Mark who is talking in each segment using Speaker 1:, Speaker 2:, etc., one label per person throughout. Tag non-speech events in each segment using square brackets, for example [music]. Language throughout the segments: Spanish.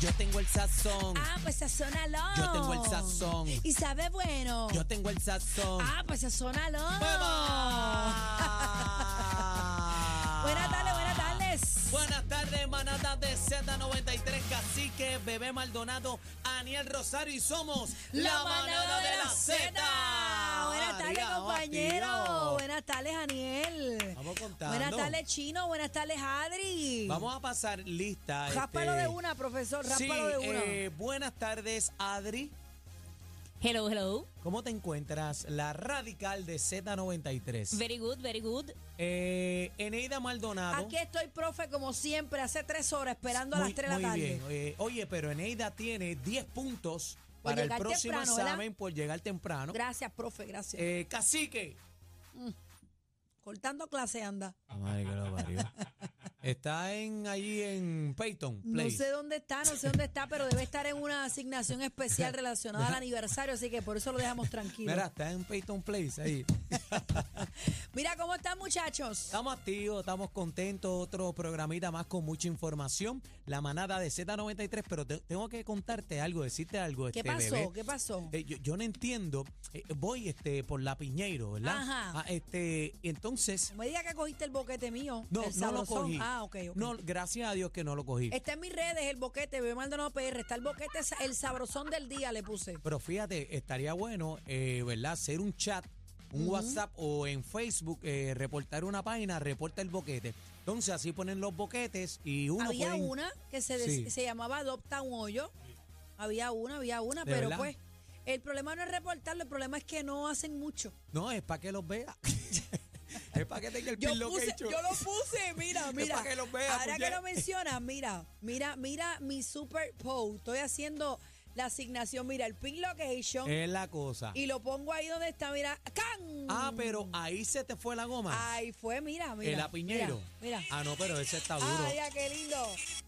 Speaker 1: Yo tengo el sazón.
Speaker 2: Ah, pues sazónalo.
Speaker 1: Yo tengo el sazón.
Speaker 2: Y sabe bueno.
Speaker 1: Yo tengo el sazón.
Speaker 2: Ah, pues sazónalo.
Speaker 1: ¡Vamos!
Speaker 2: [laughs] Buenas tardes, buenas tardes.
Speaker 1: Buenas tardes, manada de Z93, Cacique, Bebé Maldonado, Aniel Rosario y somos Zeta.
Speaker 2: Buenas tardes,
Speaker 1: María,
Speaker 2: compañero.
Speaker 1: vamos, tío.
Speaker 2: Buenas tardes, Aniel.
Speaker 1: Vamos contando.
Speaker 2: Buenas tardes, Chino. Buenas tardes, Adri.
Speaker 1: Vamos a pasar lista.
Speaker 2: Rápalo
Speaker 1: este-
Speaker 2: de una, profesor.
Speaker 1: Sí,
Speaker 2: Rápalo de una.
Speaker 1: eh, buenas tardes, Adri.
Speaker 3: Hello, hello.
Speaker 1: ¿Cómo te encuentras? La radical de Z93.
Speaker 3: Very good, very good.
Speaker 1: Eh, Eneida Maldonado.
Speaker 2: Aquí estoy, profe, como siempre, hace tres horas esperando a las
Speaker 1: Muy-
Speaker 2: tres de la
Speaker 1: muy
Speaker 2: tarde.
Speaker 1: bien. Eh, oye, pero Eneida tiene 10 puntos
Speaker 2: Por
Speaker 1: para el
Speaker 2: Pues llegar
Speaker 1: próximo
Speaker 2: temprano, ¿verdad?
Speaker 1: examen por llegar temprano.
Speaker 2: Gracias, profe, gracias.
Speaker 1: Eh, cacique.
Speaker 2: Cortando clase, anda.
Speaker 1: [laughs] Está en allí en Peyton
Speaker 2: No
Speaker 1: Place.
Speaker 2: sé dónde está, no sé dónde está, pero debe estar en una asignación especial relacionada al aniversario, así que por eso lo dejamos tranquilo.
Speaker 1: Mira,
Speaker 2: Mira,
Speaker 1: está en Peyton Place ahí.
Speaker 2: cómo están, muchachos.
Speaker 1: Estamos activos, estamos contentos. Otro programita más con mucha información. La manada de Z93. Pero te- tengo que contarte algo, decirte algo.
Speaker 2: ¿Qué
Speaker 1: este,
Speaker 2: pasó?
Speaker 1: bebé.
Speaker 2: ¿Qué pasó?
Speaker 1: Eh, yo, yo no entiendo. Eh, voy este por la Piñeiro, ¿verdad?
Speaker 2: Ajá.
Speaker 1: Ah, este, y entonces.
Speaker 2: No me diga que cogiste el boquete mío.
Speaker 1: No,
Speaker 2: el
Speaker 1: no lo
Speaker 2: sabrosón.
Speaker 1: cogí.
Speaker 2: Ah, ok, ok.
Speaker 1: No, gracias a Dios que no lo cogí.
Speaker 2: Está en mis redes el boquete, bebé Maldonado PR. Está el boquete, sa- el sabrosón del día, le puse.
Speaker 1: Pero fíjate, estaría bueno, eh, ¿verdad? Hacer un chat, un WhatsApp o en Facebook, eh, reportar una página, reporta el boquete. Entonces así ponen los boquetes y uno
Speaker 2: había
Speaker 1: pueden-
Speaker 2: una que se, des-
Speaker 1: Sí.
Speaker 2: se llamaba Adopta un hoyo. Había una, había una,
Speaker 1: ¿De
Speaker 2: pero
Speaker 1: verdad?
Speaker 2: pues el problema no es reportarlo, el problema es que no hacen mucho.
Speaker 1: No, es para que los vea. [laughs] es para que tenga el
Speaker 2: Yo,
Speaker 1: pin
Speaker 2: puse,
Speaker 1: location.
Speaker 2: yo lo puse,
Speaker 1: [laughs]
Speaker 2: mira, mira.
Speaker 1: para que lo veas,
Speaker 2: Ahora que
Speaker 1: puñet.
Speaker 2: lo mencionas, mira, mira, mira mi super poll. Estoy haciendo la asignación, mira, el pin location
Speaker 1: Es la cosa.
Speaker 2: y lo pongo ahí donde está, mira, ¡can!
Speaker 1: Ah, pero ahí se te fue la goma.
Speaker 2: Ahí fue, mira, mira.
Speaker 1: el apiñero.
Speaker 2: Mira. mira.
Speaker 1: Ah, no, pero ese está duro.
Speaker 2: Ay, ya, qué lindo.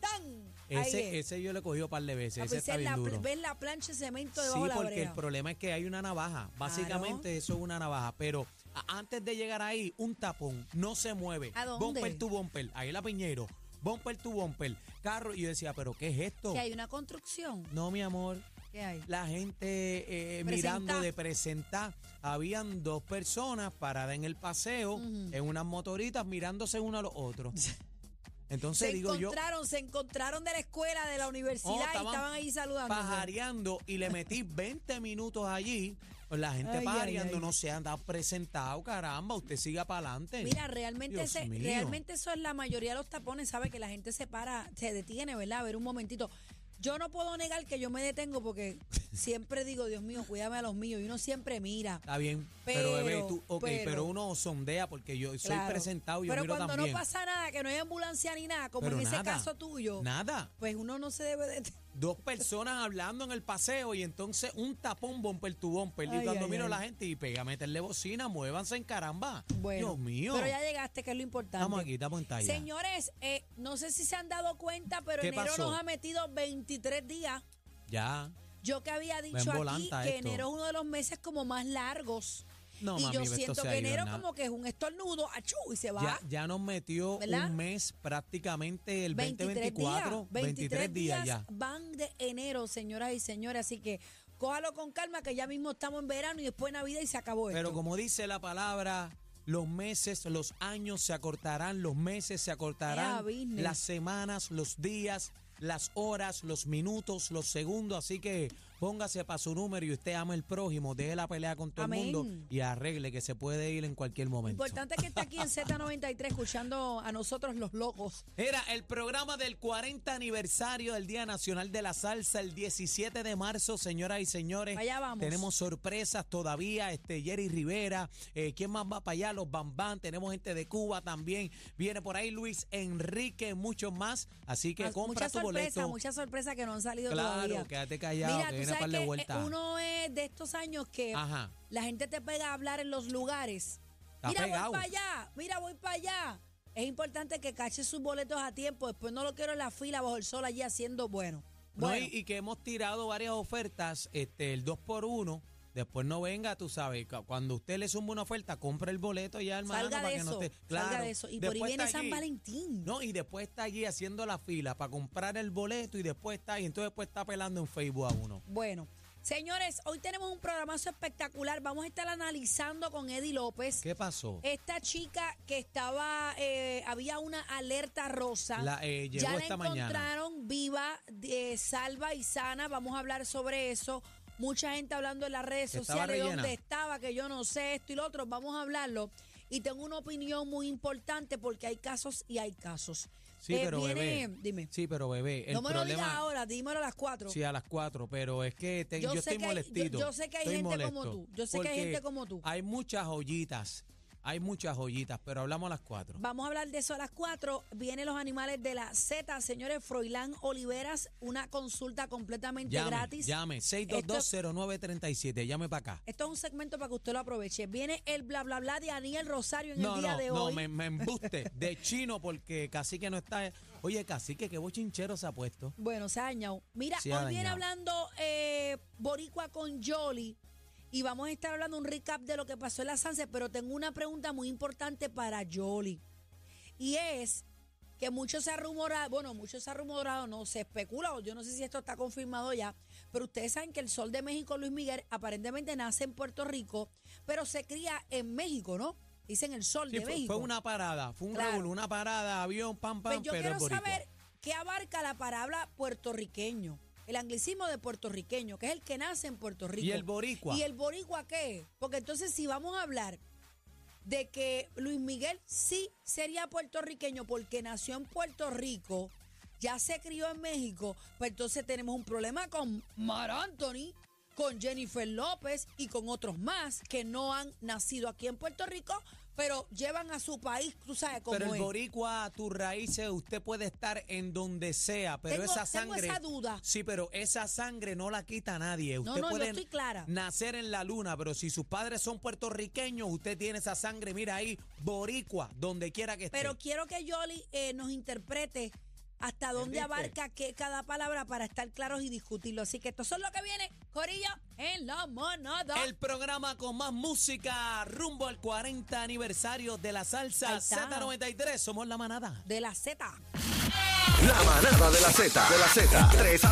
Speaker 2: ¡Tan! ahí
Speaker 1: ese,
Speaker 2: es.
Speaker 1: ese yo le he cogido un par de veces.
Speaker 2: Ah,
Speaker 1: ese
Speaker 2: pues
Speaker 1: está
Speaker 2: es
Speaker 1: bien
Speaker 2: la, pl-
Speaker 1: duro.
Speaker 2: ¿Ves la plancha de cemento
Speaker 1: Sí,
Speaker 2: debajo de la
Speaker 1: porque el
Speaker 2: brea?
Speaker 1: problema es que hay una navaja. Básicamente
Speaker 2: Claro.
Speaker 1: eso es una navaja. Pero a- antes de llegar ahí, un tapón no se mueve.
Speaker 2: ¿A dónde?
Speaker 1: Bumper tu bumper. Ahí la piñero. Bumper tu bumper. Carro. Y yo decía, ¿pero qué es esto?
Speaker 2: Que hay una construcción.
Speaker 1: No, mi amor.
Speaker 2: ¿Qué hay?
Speaker 1: La gente eh, mirando
Speaker 2: Presentá.
Speaker 1: de presentar. Habían dos personas paradas en el paseo, en unas motoritas, mirándose uno a los
Speaker 2: [laughs]
Speaker 1: otros. Entonces
Speaker 2: Se
Speaker 1: digo yo,
Speaker 2: encontraron, se encontraron de la escuela, de la universidad
Speaker 1: Oh,
Speaker 2: y estaban ahí saludando.
Speaker 1: Pajareando y le metí 20 minutos allí. Pues La gente
Speaker 2: Ay,
Speaker 1: pajareando
Speaker 2: ay, ay.
Speaker 1: no se anda presentado, caramba, usted siga para adelante.
Speaker 2: Mira, realmente,
Speaker 1: Dios
Speaker 2: ese-
Speaker 1: mío.
Speaker 2: realmente eso es la mayoría de los tapones, sabe que la gente se para, se detiene, ¿verdad? A ver un momentito. Yo no puedo negar que yo me detengo
Speaker 1: [laughs]
Speaker 2: porque siempre digo, Dios mío, cuídame a los míos. Y uno siempre mira.
Speaker 1: Está bien, pero, bebé,
Speaker 2: Pero,
Speaker 1: tú, ok, pero,
Speaker 2: pero-
Speaker 1: uno sondea porque yo soy
Speaker 2: claro.
Speaker 1: presentado y yo
Speaker 2: Pero
Speaker 1: miro
Speaker 2: cuando
Speaker 1: también.
Speaker 2: no pasa nada, que no hay ambulancia ni nada, como
Speaker 1: Pero
Speaker 2: en ese
Speaker 1: nada,
Speaker 2: caso tuyo,
Speaker 1: Nada,
Speaker 2: pues uno no se debe detener. [laughs]
Speaker 1: dos personas [laughs] hablando en el paseo y entonces un tapón bumper tu bumper. y
Speaker 2: Ay,
Speaker 1: cuando
Speaker 2: ay,
Speaker 1: miro a
Speaker 2: ay.
Speaker 1: la gente y pega, meterle bocina, muévanse en caramba.
Speaker 2: Bueno,
Speaker 1: Dios mío.
Speaker 2: Pero ya llegaste, que es lo importante.
Speaker 1: Estamos aquí, estamos en talla.
Speaker 2: Señores, eh, no sé si se han dado cuenta, pero
Speaker 1: ¿Qué
Speaker 2: enero
Speaker 1: pasó?
Speaker 2: nos ha metido 23 días.
Speaker 1: Ya.
Speaker 2: Yo que había
Speaker 1: en
Speaker 2: dicho aquí
Speaker 1: volanta
Speaker 2: que
Speaker 1: esto.
Speaker 2: enero es uno de los meses como más largos.
Speaker 1: No,
Speaker 2: y
Speaker 1: mami,
Speaker 2: yo
Speaker 1: esto
Speaker 2: siento
Speaker 1: se ha ido
Speaker 2: que
Speaker 1: en
Speaker 2: enero
Speaker 1: nada.
Speaker 2: como que es un estornudo, achú, y se va.
Speaker 1: Ya, ya nos metió
Speaker 2: ¿Verdad?
Speaker 1: un mes prácticamente el
Speaker 2: 23
Speaker 1: 2024,
Speaker 2: días,
Speaker 1: 23, días, ya.
Speaker 2: van de enero, señoras y señores. Así que cójalo con calma, que ya mismo estamos en verano y después Navidad y se acabó
Speaker 1: Pero
Speaker 2: esto.
Speaker 1: como dice la palabra, los meses, los años se acortarán, los meses se acortarán,
Speaker 2: Ea, business.
Speaker 1: las semanas, los días, las horas, los minutos, los segundos, así que Póngase para su número y usted ama el prójimo, deje la pelea con todo
Speaker 2: Amén.
Speaker 1: el mundo y arregle que se puede ir en cualquier momento.
Speaker 2: Importante que esté
Speaker 1: [laughs]
Speaker 2: aquí en Z93 escuchando a nosotros los locos.
Speaker 1: Era el programa del 40 aniversario del Día Nacional de la Salsa, el 17 de marzo, señoras y señores.
Speaker 2: Allá vamos.
Speaker 1: Tenemos sorpresas todavía, este Jerry Rivera, eh, ¿quién más va para allá? Los Bambán, tenemos gente de Cuba también. Viene por ahí Luis Enrique, muchos más. Así que
Speaker 2: Ah, Muchas
Speaker 1: compra tu boleto.
Speaker 2: sorpresas, muchas sorpresas que no han salido
Speaker 1: Claro,
Speaker 2: todavía.
Speaker 1: quédate callado,
Speaker 2: Mira,
Speaker 1: que
Speaker 2: tú
Speaker 1: viene
Speaker 2: sabes
Speaker 1: par de
Speaker 2: que eh,
Speaker 1: vueltas.
Speaker 2: uno es de estos años que
Speaker 1: Ajá.
Speaker 2: la gente te pega a hablar en los lugares.
Speaker 1: Está
Speaker 2: mira,
Speaker 1: pegado.
Speaker 2: voy para allá, mira, voy para allá. Es importante que caches sus boletos a tiempo. Después no lo quiero en la fila bajo el sol allí haciendo bueno.
Speaker 1: No,
Speaker 2: Bueno,
Speaker 1: y, y que hemos tirado varias ofertas, este, el 2 por 1 después no venga, tú sabes, cu- cuando usted le suma una oferta, compra el boleto ya, hermano,
Speaker 2: salga
Speaker 1: para
Speaker 2: de
Speaker 1: que
Speaker 2: eso.
Speaker 1: no te...
Speaker 2: salga de eso. Y por ahí
Speaker 1: después
Speaker 2: viene
Speaker 1: está
Speaker 2: San
Speaker 1: allí.
Speaker 2: Valentín.
Speaker 1: No, y después está allí haciendo la fila para comprar el boleto y después está ahí, entonces después está pelando en Facebook a uno.
Speaker 2: Bueno, señores, hoy tenemos un programazo espectacular. Vamos a estar analizando con Eddie López.
Speaker 1: ¿Qué pasó?
Speaker 2: Esta chica que estaba, eh, había una alerta rosa.
Speaker 1: La, eh, llegó
Speaker 2: ya la
Speaker 1: esta mañana.
Speaker 2: encontraron viva, de- salva y sana. Vamos a hablar sobre eso. Mucha gente hablando en las redes
Speaker 1: Que estaba
Speaker 2: sociales,
Speaker 1: rellena.
Speaker 2: dónde estaba, que yo no sé esto y lo otro. Vamos a hablarlo. Y tengo una opinión muy importante porque hay casos y hay casos.
Speaker 1: sí,
Speaker 2: Eh,
Speaker 1: pero
Speaker 2: viene-
Speaker 1: bebé.
Speaker 2: Dime.
Speaker 1: Sí, pero bebé, el
Speaker 2: no me lo digas
Speaker 1: problema
Speaker 2: ahora, dímelo a las cuatro.
Speaker 1: Sí, a las 4, pero es que te- yo,
Speaker 2: Yo sé
Speaker 1: estoy
Speaker 2: que hay-
Speaker 1: molestito.
Speaker 2: yo- yo sé que hay
Speaker 1: estoy
Speaker 2: gente como
Speaker 1: molesto,
Speaker 2: tú, yo sé que hay
Speaker 1: porque
Speaker 2: gente como tú.
Speaker 1: Hay muchas joyitas, hay muchas joyitas, pero hablamos a las 4.
Speaker 2: Vamos a hablar de eso a las 4. Vienen los animales de la Z, señores. Froilán Oliveras, una consulta completamente
Speaker 1: Llame,
Speaker 2: gratis.
Speaker 1: llame,
Speaker 2: Esto,
Speaker 1: 6220937, llame para acá.
Speaker 2: esto es un segmento para que usted lo aproveche. Viene el bla bla bla de Aniel Rosario en
Speaker 1: No,
Speaker 2: el día
Speaker 1: no,
Speaker 2: de
Speaker 1: no,
Speaker 2: hoy.
Speaker 1: me, me
Speaker 2: [laughs]
Speaker 1: embuste de chino porque Cacique no está. Oye, Cacique, qué bochinchero se ha puesto.
Speaker 2: Bueno, se ha dañado. Mira,
Speaker 1: Se
Speaker 2: hoy
Speaker 1: ha
Speaker 2: viene
Speaker 1: dañado.
Speaker 2: hablando eh, Boricua con Jolly. Y vamos a estar hablando un recap de lo que pasó en la Sanse, pero tengo una pregunta muy importante para Jolly. Y es que mucho se ha rumorado, bueno, mucho se ha rumorado, no se especula, o yo no sé si esto está confirmado ya, pero ustedes saben que el sol de México, Luis Miguel, aparentemente nace en Puerto Rico, pero se cría en México, ¿no? Dicen el sol
Speaker 1: Sí,
Speaker 2: de
Speaker 1: fue,
Speaker 2: México.
Speaker 1: fue una parada, fue un
Speaker 2: Claro.
Speaker 1: revolú, una parada, avión, pam,
Speaker 2: Pues
Speaker 1: pam,
Speaker 2: yo
Speaker 1: pero es
Speaker 2: quiero
Speaker 1: boricua.
Speaker 2: saber qué abarca la palabra puertorriqueño, el anglicismo de puertorriqueño, que es el que nace en Puerto Rico.
Speaker 1: ¿Y el boricua?
Speaker 2: ¿Y el boricua qué? Porque entonces si vamos a hablar de que Luis Miguel sí sería puertorriqueño porque nació en Puerto Rico, ya se crió en México, pues entonces tenemos un problema con Mar Anthony, con Jennifer López y con otros más que no han nacido aquí en Puerto Rico, pero llevan a su país, tú sabes cómo
Speaker 1: Pero el
Speaker 2: es.
Speaker 1: boricua, a tus raíces, usted puede estar en donde sea, pero
Speaker 2: Tengo-
Speaker 1: esa
Speaker 2: tengo
Speaker 1: sangre.
Speaker 2: esa duda.
Speaker 1: Sí, pero esa sangre no la quita nadie.
Speaker 2: No,
Speaker 1: Usted
Speaker 2: no, yo
Speaker 1: puede
Speaker 2: estoy clara.
Speaker 1: nacer en la luna, pero si sus padres son puertorriqueños, usted tiene esa sangre, mira ahí, boricua, donde quiera que esté.
Speaker 2: Pero quiero que Yoli eh, nos interprete hasta dónde
Speaker 1: ¿Entendiste?
Speaker 2: abarca que cada palabra para estar claros y discutirlo. Así que esto es lo que viene, Corillo, en la monada.
Speaker 1: El programa con más música, rumbo al 40 aniversario de la
Speaker 2: Ahí
Speaker 1: salsa
Speaker 2: está.
Speaker 1: Z93. Somos la manada.
Speaker 2: de la Z.
Speaker 4: La manada de la Z, de la Z, 3 a